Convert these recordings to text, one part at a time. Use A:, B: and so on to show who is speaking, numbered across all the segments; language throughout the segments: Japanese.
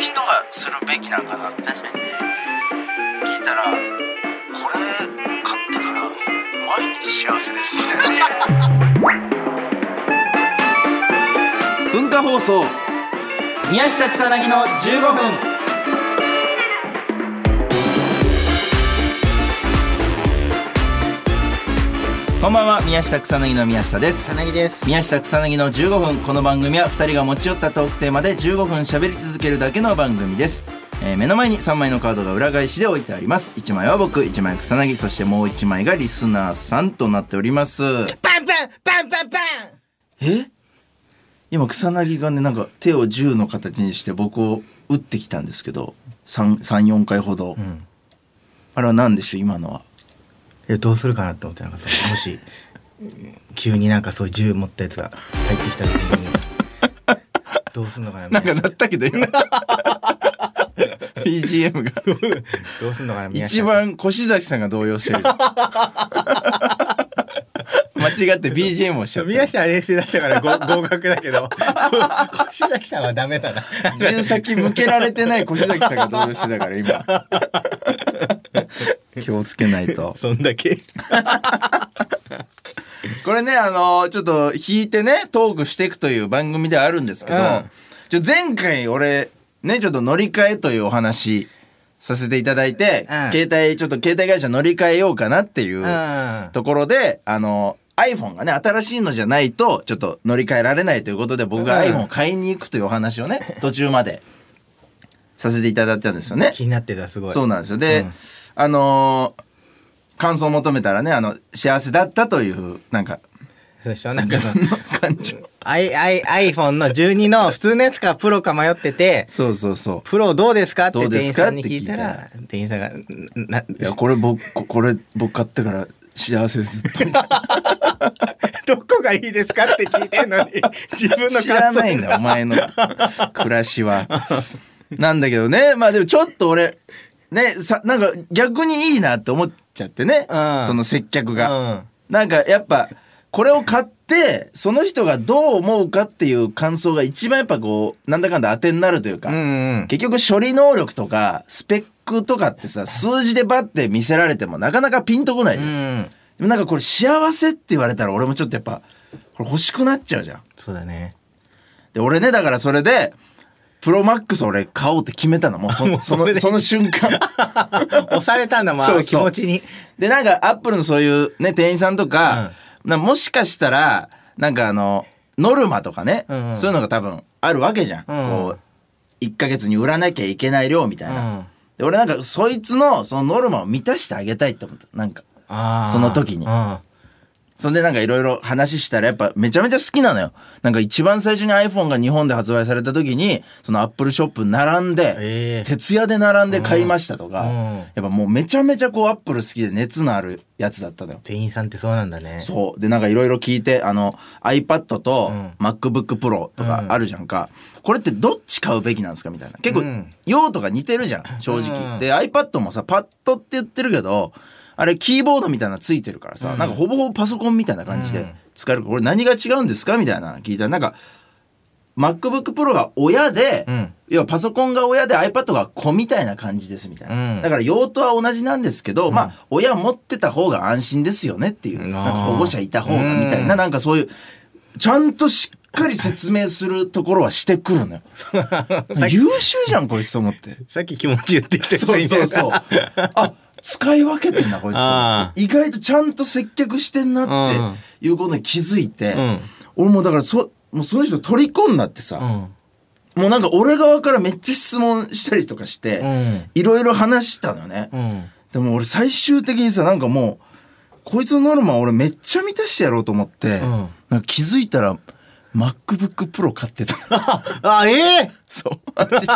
A: 人がするべきなんかなって
B: 確かにね
A: 聞いたらこれ買ってから毎日幸せですみたいなね
C: 文化放送
B: 宮下草薙の15分
C: こんばんは宮下草薙の宮下です
B: 草薙です
C: 宮下草薙の15分この番組は2人が持ち寄ったトークテーマで15分喋り続けるだけの番組です、えー目の前に3枚のカードが裏返しで置いてあります1枚は僕1枚草薙そしてもう1枚がリスナーさんとなっております
B: パンパンパンパンパン
C: え今草薙がねなんか手を銃の形にして僕を撃ってきたんですけど34回ほど、
B: ん
C: あれは何でしょう今のは
B: えどうするかなって思ってなんかそのもし急になんかそういう銃持ったやつが入ってきた時にどうすんのかな
C: なんか鳴ったけど 今 BGM が
B: どうすんのかな宮
C: 一
B: 下
C: 番越崎さんが動揺して る間違って BGM をしちゃった
B: 宮下は冷静だったからご 合格だけど越崎さんはダメだな
C: 銃先向けられてない越崎さんが動揺してたから 今気をつけないと
B: そんだけ
C: これねあのーちょっと引いてねトークしていくという番組ではあるんですけど、
B: うん
C: ちょ前回俺ねちょっと乗り換えというお話させていただいて、
B: うん
C: 携帯ちょっと携帯会社乗り換えようかなっていう、
B: うん
C: ところで、あの、iPhone がね、新しいのじゃないと、ちょっと乗り換えられないということで、僕が
B: うん
C: iPhone を買いに行くというお話をね、 途中までさせていただいたんですよね。
B: 気になってたすごい
C: そうなんですよ。で、
B: うん
C: あのー感想を求めたらね、あの、幸せだったという、なんか、
B: そうでしょなん
C: 自
B: かその
C: 分の感 情。
B: I I iPhone の12の普通のやつかプロか迷ってて
C: そうそうそ
B: プロどうですかって
C: どうです
B: 店員
C: か
B: さんに聞いた
C: って
B: ら店員さんがな
C: う。いや、これ僕、ここれ僕買ってから幸せです。
B: どこがいいですかって聞いてんのに 自分の感想
C: 知らないんだお前の暮らしはなんだけどねまあでもちょっと俺ねさなんか逆にいいなって思っちゃってね、
B: うん
C: その接客が、
B: うん
C: なんかやっぱこれを買ってその人がどう思うかっていう感想が一番やっぱこうなんだかんだ当てになるというか、
B: うんうん
C: 結局処理能力とかスペックとかってさ数字でバッて見せられてもなかなかピンとこないじ
B: う
C: ゃん、でも
B: ん
C: なんかこれ幸せって言われたら俺もちょっとやっぱこれ欲しくなっちゃうじゃん
B: そうだね
C: で俺ねだからそれでプロマックス俺買おうって決めたのもうそ
B: もう
C: そ
B: それ
C: の
B: で
C: その瞬 間
B: 押されたんだま
C: そう
B: あ気
C: そう
B: 持ちに
C: でなんかアップルのそういうね店員さんとか,、なもしかしたらなんかあのノルマとかね、
B: うんうん
C: そういうのが多分あるわけじゃん、
B: うん
C: こう1ヶ月に売らなきゃいけない量みたいな、
B: うん
C: で俺なんかそいつのそのノルマを満たしてあげたいって思ったなんか
B: あー
C: その時に
B: うん
C: そんでなんかいろいろ話したらやっぱめちゃめちゃ好きなのよ。なんか一番最初に iPhone が日本で発売された時に、その Apple ショップ並ん
B: え
C: で、
B: え
C: 徹夜で並んで買いましたとか、
B: うんうん
C: やっぱもうめちゃめちゃこう Apple 好きで熱のあるやつだったのよ。
B: 店員さんってそうなんだね
C: そう。で、なんかいろいろ聞いて、あの iPad と
B: うん
C: MacBook Pro とかあるじゃんか。これってどっち買うべきなんですかみたいな。結
B: う
C: 構
B: ん
C: 用途が似てるじゃん、正
B: うん
C: 直。で、iPad もさ、パッドって言ってるけど、あれキーボードみたいなのついてるからさ、なんかほぼほぼパソコンみたいな感じ
B: う
C: で
B: ん
C: 使えるから、これ何が違うんですかみたいなの聞いたら、なんか MacBook Pro が親で、
B: うん
C: 要はパソコンが親で iPad が子みたいな感じですみたいな、
B: うん
C: だから用途は同じなんですけど、まあ親持ってた方が安心ですよねっていう
B: うん
C: なんか保護者いた方がみたいな、
B: うん
C: なんかそういうちゃんとしっかり説明するところはしてくるのよ優秀じゃんこいつと思って
B: さっき気持ち言ってきて
C: そうそうそう
B: あ
C: あ使い分けてんなこいつと思
B: あ
C: っ
B: ー
C: て意外とちゃんと接客してんなっていうことに気づいて、
B: うん
C: 俺もだからそもうその人虜になってさ、
B: うん
C: もうなんか俺側からめっちゃ質問したりとかして、
B: うん
C: いろいろ話したのよね。
B: うん
C: でも俺最終的にさ、なんかもう、こいつのノルマ俺めっちゃ満たしてやろうと思って、
B: ん
C: なんか気づいたら、MacBook Pro 買って た。
B: あええ
C: そう。マジで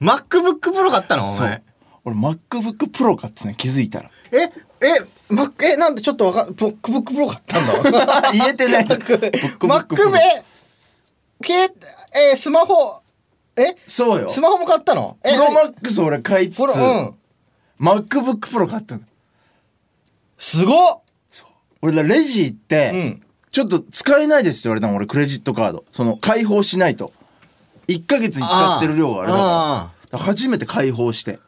B: MacBook Pro 買ったのお
C: そ
B: 前
C: う。俺 MacBook Pro 買ってたの気づいた ら。
B: ええマックえなんでちょっとわかん MacBook Pro 買ったん だ
C: 言えてない。
B: Mac
C: Pro
B: え携えースマホえ
C: そうよ。
B: スマホも買ったのえ
C: ProMax 俺買いつつ、
B: これうん
C: MacBook Pro 買ったの。
B: すごっ
C: 俺らレジ行って、
B: うん
C: ちょっと使えないですって言われたの俺クレジットカードその解放しないと1ヶ月に使ってる量があれだか
B: あ
C: らだから初めて解放して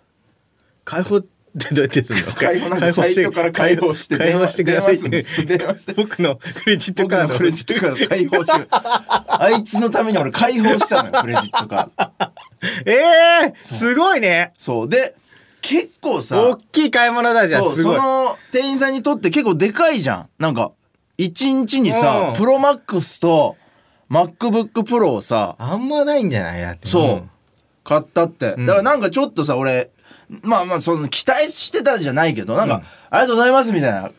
B: 解放ってどうやってするの
C: 解放なんかサイトから解放して
B: 解放してくださいって
C: 電話すんの電話して
B: 僕のクレジット
C: 僕
B: カー
C: の
B: ド
C: クレジットカ ード解放してるあいつのために俺解放したのよクレジットカード
B: ええすごいね
C: そうで結構さ
B: 大きい買い物だじゃん
C: そう
B: す
C: そ
B: ごい
C: の店員さんにとって結構でかいじゃんなんか1日にさ、
B: うん
C: プロマックスと MacBookPro をさ
B: あんまないんじゃないだって
C: そう、買ったって、
B: ん
C: だからなんかちょっとさ俺まあまあその期待してたじゃないけどなんか、ありがとうございますみたいな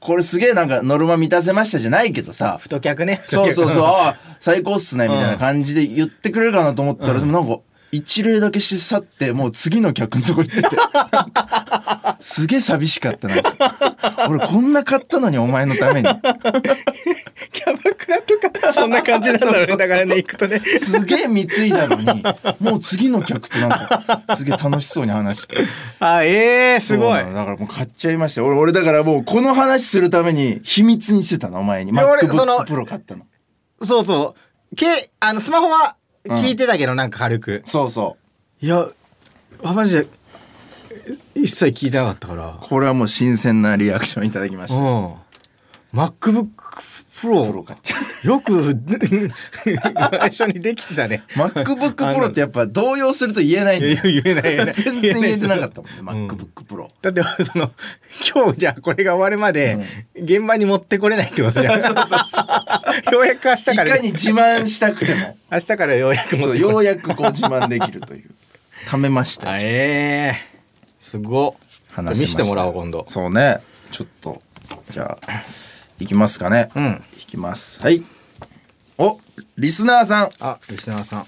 C: これすげえなんかノルマ満たせましたじゃないけどさ
B: 太客ね、
C: そうそう そうああ、最高っすね、みたいな感じで言ってくれるかなと思ったら、でもなんか、一礼だけして去って、もう次の客のとこ行ってて。なんかすげえ寂しかったな。俺こんな買ったのにお前のために。
B: キャバクラとかそんな感じなんだろうねだからね行くとね
C: すげえ貢いだのに、もう次の客となんか、すげえ楽しそうに話して。
B: あええすご
C: そ
B: い
C: うなのだからもう買っちゃいましたよ俺、俺だからもうこの話するために秘密にしてたの、お前に。
B: や俺その
C: MacBook Pro 買ったの。
B: そうそうけあのスマホは聞いてたけど、なんか軽く
C: そうそう。
B: いやあマジでえ一切聞いてなかったから
C: これはもう新鮮なリアクションいただきました。
B: うん MacBook
C: ロ買っ
B: Pro
C: ちゃった
B: よく最初にできてたね
C: MacBook Pro ってやっぱ動揺すると言えないんだよ
B: 言えない言えない
C: 全然言えてなかったも
B: うんん
C: ね MacBook Pro
B: だってその今日じゃあこれが終わるまで現場に持ってこれないってことじ ゃんようやく明日
C: い
B: から
C: かに
B: ね
C: 自慢したくても
B: 明日からようやく持
C: そう
B: ってこ
C: よ
B: れ
C: うやくこう自慢できるというためました
B: あ
C: よ
B: ええすご
C: 話せまし
B: 見せ
C: た
B: てもらおう今度
C: そうねちょっとじゃあいきますかね
B: うん
C: いきますはいおリスナーさん
B: あ吉永さん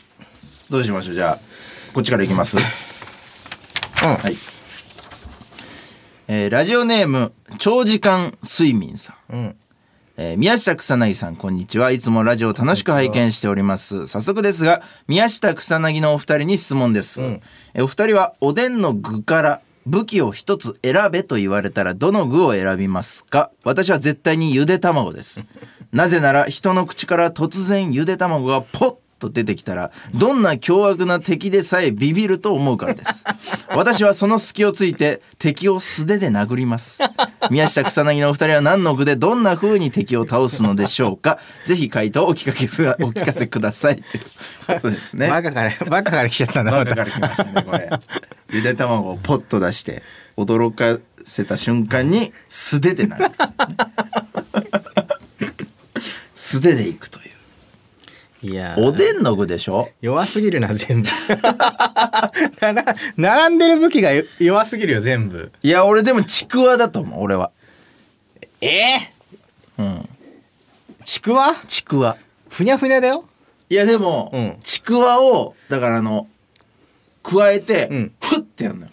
C: どうしましょうじゃあこっちからいきます
B: うん
C: はい、えーラジオネーム長時間睡眠さん
B: うん
C: えー宮下草薙さんこんにちはいつもラジオ楽しく拝見しております早速ですが宮下草薙のお二人に質問です、えーお二人はおでんの具から武器を一つ選べと言われたらどの具を選びますか私は絶対にゆで卵ですなぜなら人の口から突然ゆで卵がポッと出てきたらどんな凶悪な敵でさえビビると思うからです私はその隙をついて敵を素手で殴ります宮下草薙のお二人は何の具でどんな風に敵を倒すのでしょうかぜひ回答をお聞かせくだお聞かせくださいということですね
B: バカからバカから来ちゃったんだ
C: バ
B: ま
C: カ
B: た
C: から来ましたねこれ ゆで卵をポッと出して驚かせた瞬間に素手で殴る 素手でいくという
B: いや
C: おでんの具でしょ
B: 弱すぎるな全部 なら並んでる武器がよ弱すぎるよ全部
C: いや俺でもちくわだと思う俺は
B: ええ
C: うん
B: ちくわ
C: ちくわ
B: ふにゃふにゃだよ
C: いやでも、
B: うん
C: ちくわをだからあの加えて、
B: うん
C: ふってやるのよ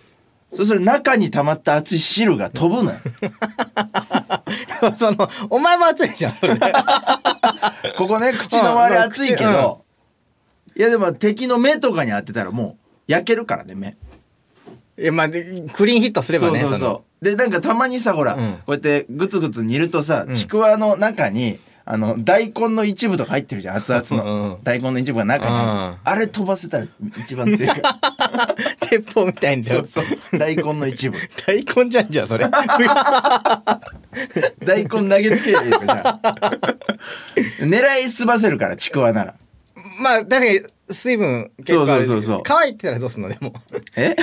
C: そうすると中に溜まった熱い汁が飛 ぶのよ
B: そのお前も熱いじゃん それ
C: ここね口の周り
B: うん
C: 熱いけど、いやでも敵の目とかに当てたらもう焼けるからね目
B: いやまあでクリーンヒットすればね
C: そうそう
B: の
C: そうでなんかたまにさほら、
B: うん
C: こうやってグツグツ煮るとさ、
B: うん
C: ちくわの中にあの大根の一部とか入ってるじゃん熱々の、
B: うん
C: 大根の一部が中に入ってる、
B: うん
C: あれ飛ばせたら一番 強いから
B: 鉄砲みたいんだ
C: そ
B: よ
C: うそう大根の一部
B: 大根じゃんじゃ あそれ
C: 大根投げつけるじゃあ 狙いすばせるからちくわなら
B: まあ確かに水分結構あるし
C: そうそうそうそう
B: 乾いてたらどうすんのでも
C: え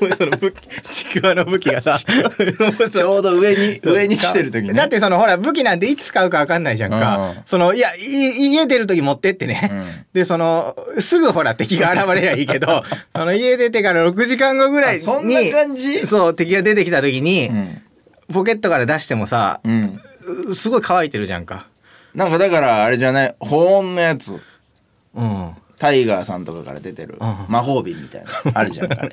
B: もうその武器ちくわの武器 がさ
C: ちょうど上に上に来てる時に、ね、
B: だってそのほら武器なんていつ使うか分かんないじゃん
C: うんう
B: か
C: ん。
B: そのいやい家出る時持ってってね。
C: うん
B: でそのすぐほら敵が現れりゃいいけどあの家出てから6時間後ぐらい
C: あ
B: に
C: そんな感じ
B: そう敵が出てきた時に、
C: うん、
B: ポケットから出してもさ
C: うん、
B: すごい乾いてるじゃんか。
C: なんかだからあれじゃない保温のやつ
B: うん、
C: タイガーさんとかから出てる
B: ん
C: 魔法瓶みたいなあるじゃんあれ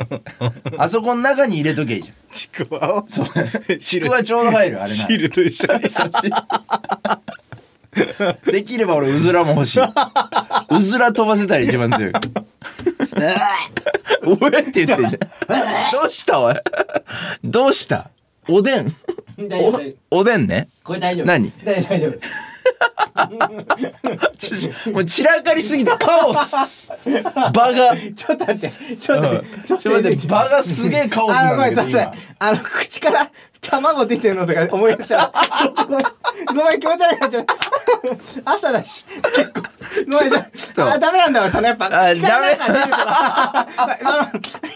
C: あそこの中に入れとけいい じゃん
B: ちくわを
C: そうち
B: 汁
C: くわちょうど入るあれなら
B: と一緒に
C: できれば俺うずらも欲しいうずら飛ばせたら一番強い おえって言ってんじゃんどうしたおいどうしたおでん
D: 大丈夫大丈夫
C: おおでんね
D: これ大丈夫。
C: 何
D: 大丈夫大丈
C: ちもう散らかりすぎてカオス場が
B: ちょっと待って、ちょっと待って、
C: ちょっと待って場がすげえカオス
B: あ
C: なん
B: の、ごめ
C: だ
B: ん、
C: け
B: ちょ
C: ど
B: っと
C: 今
B: 待って、あの、口から卵出てるのとか思い出した。ちょっとごめん、ごめん、気持ち悪いなっちゃう。朝だし、結構。ごめん、
C: と
B: あ、ダメなんだ、俺、そのやっぱ、
C: あ
B: 口からなんか出るから。その、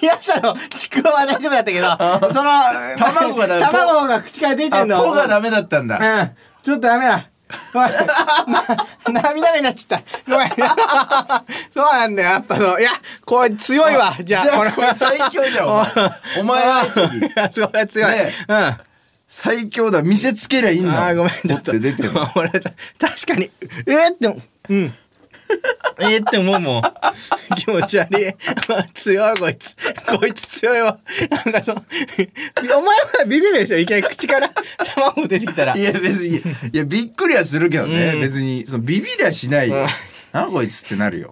B: 冷やしたの、ちくわは大丈夫だったけど、その、
C: 卵がダメ
B: 卵が口から出て
C: あ
B: んの。
C: ポがダメだったんだ
B: うん、ちょっとダメだ。ごめん、な 涙目になっちゃった。ごめん。 そうなんだよ、やっぱそう。いや、これ強いわ、じゃあ。
C: じゃあこれ 最強じゃんお前お前は
B: うんいやそれは強い。
C: ね
B: うん。あ
C: 最強だ見せつけりゃいいんだ
B: ーごめん、ちょ
C: ポ
B: っと。
C: って出てるの
B: 俺確かに、えー、って、うん。 えー、って思うもん。 気持ち悪い。 強い、こいつ。こいつ強いわ。なんかその、 お前はビビるでしょいきなり口から 卵出てきたら。
C: いや別にいやびっくりはするけどね、
B: うん
C: 別にそのビビりゃしないよ、
B: うん
C: なん、なこいつってなるよ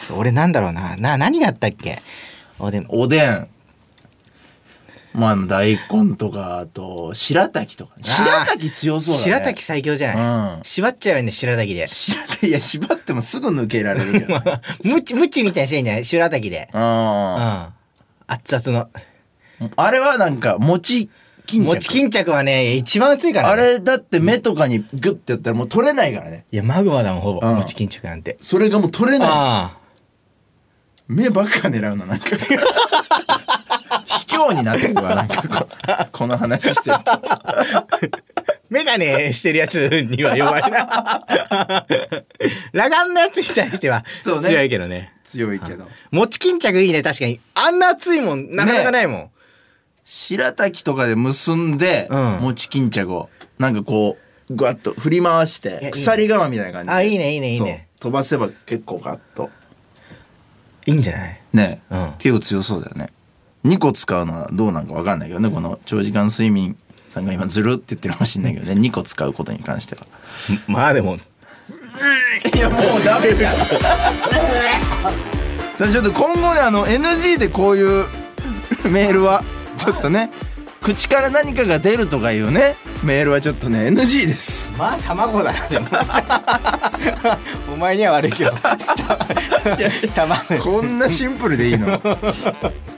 B: そう俺なんだろうな。な、何があったっけおでん。
C: おでんまあ大根とかあと白滝とかね
B: あー
C: 白滝強そうだね
B: 白滝最強じゃない、
C: うん
B: 縛っちゃうよね、白 滝で。
C: 白滝いや縛ってもすぐ抜けられるけどね、
B: ムチ、ムチみたいにしていいんじゃない白滝で。うん。
C: あ
B: 熱々の。
C: ーあれはなんか餅巾着
B: 餅巾着はね、一番熱いから、ね。
C: あれだって目とかにグッてやったらもう取れないからね
B: いや、マグマだもん、ほぼ。
C: うん
B: 餅巾着なんて。
C: それがもう取れない
B: あ
C: 目ばっか狙うのなんか卑怯になってくわなんかこうこの話してると
B: あ。メガネしてるやつには弱い な。裸眼のやつに対しては
C: そうね
B: 強いけどね。
C: 強いけど
B: 餅巾着いいね、確かに。あんな熱いもん、なかなかないもん。
C: 白滝とかで結んで、
B: うん
C: 餅巾着をなんかこうぐわっと振り回し
B: い
C: て
B: や
C: 鎖釜みたいな感じで
B: あ、いいね、いいね、いいね。
C: そう飛ばせば結構ガッと
B: いいんじゃない
C: ね、
B: うん
C: 結構強そうだよね2個使うのはどうなんか分かんないけどねこの長時間睡眠さんが今ずるって言ってるかもしれないけ どね2個使うことに関しては
B: まあでも、
C: いやもうダメだ それちょっと今後ねあの NG でこういうメールはちょっとね口から何かが出るとかいうねメールはちょっとね NG です
B: まあ卵だなでも お前には悪いけ ど卵
C: こんなシンプルでいい の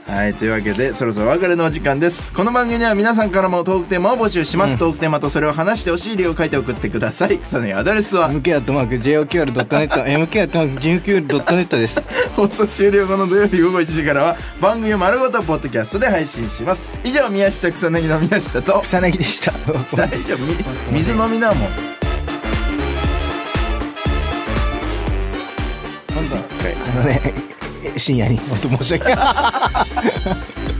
C: はいというわけでそろそろお別れのお時間ですこの番組では皆さんからもトークテーマを募集します、トークテーマとそれを話してほしい理由を書いて送ってください草薙アドレスは
B: MK アットマーク JOQR.net MK アットマーク JOQR.net です
C: 放送終了後の土曜日午後1時からは番組を丸ごとポッドキャストで配信します以上宮下草薙の宮下と
B: 草薙でした
C: 大丈夫み水飲みなもん
B: あのね深夜に本当申し訳ない